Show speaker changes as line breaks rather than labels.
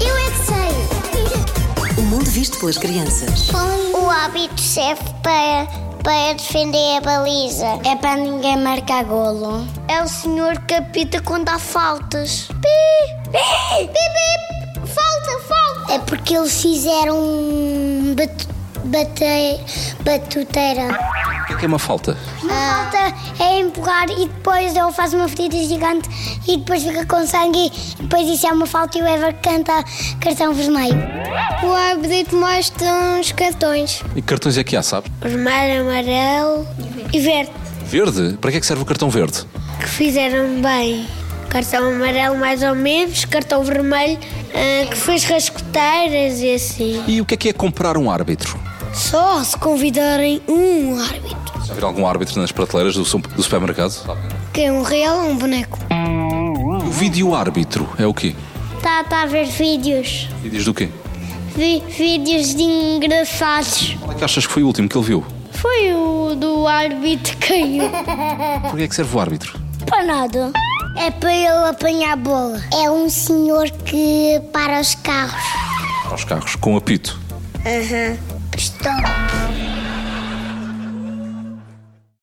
Eu é que sei.
O mundo visto pelas crianças.
O hábito serve para, para defender a baliza. É para ninguém marcar golo. É o senhor que apita quando há faltas. Pi! Pi! Pi! pi. Falta, falta! É porque eles fizeram um batu- bate- batuteira.
O que é que é uma falta?
Uma falta é empurrar e depois ele faz uma ferida gigante e depois fica com sangue e depois isso é uma falta e o Ever canta cartão vermelho. O árbitro mostra uns cartões.
E que cartões é que há, sabe?
Vermelho, amarelo e verde.
Verde? Para que é que serve o cartão verde?
Que fizeram bem. Cartão amarelo mais ou menos, cartão vermelho ah, que fez rascoteiras e assim.
E o que é que é comprar um árbitro?
Só se convidarem um árbitro.
Já viram algum árbitro nas prateleiras do, su- do supermercado?
Que é um real ou um boneco?
O vídeo-árbitro é o quê?
Está Tá, a ver vídeos.
E diz do quê?
Vi vídeos de engraçados.
Qual é que achas que foi o último que ele viu?
Foi o do árbitro que caiu.
Para que é que serve o árbitro?
Para nada. É para ele apanhar a bola. É um senhor que para os carros.
Aos carros, com apito.
Aham. Pistola.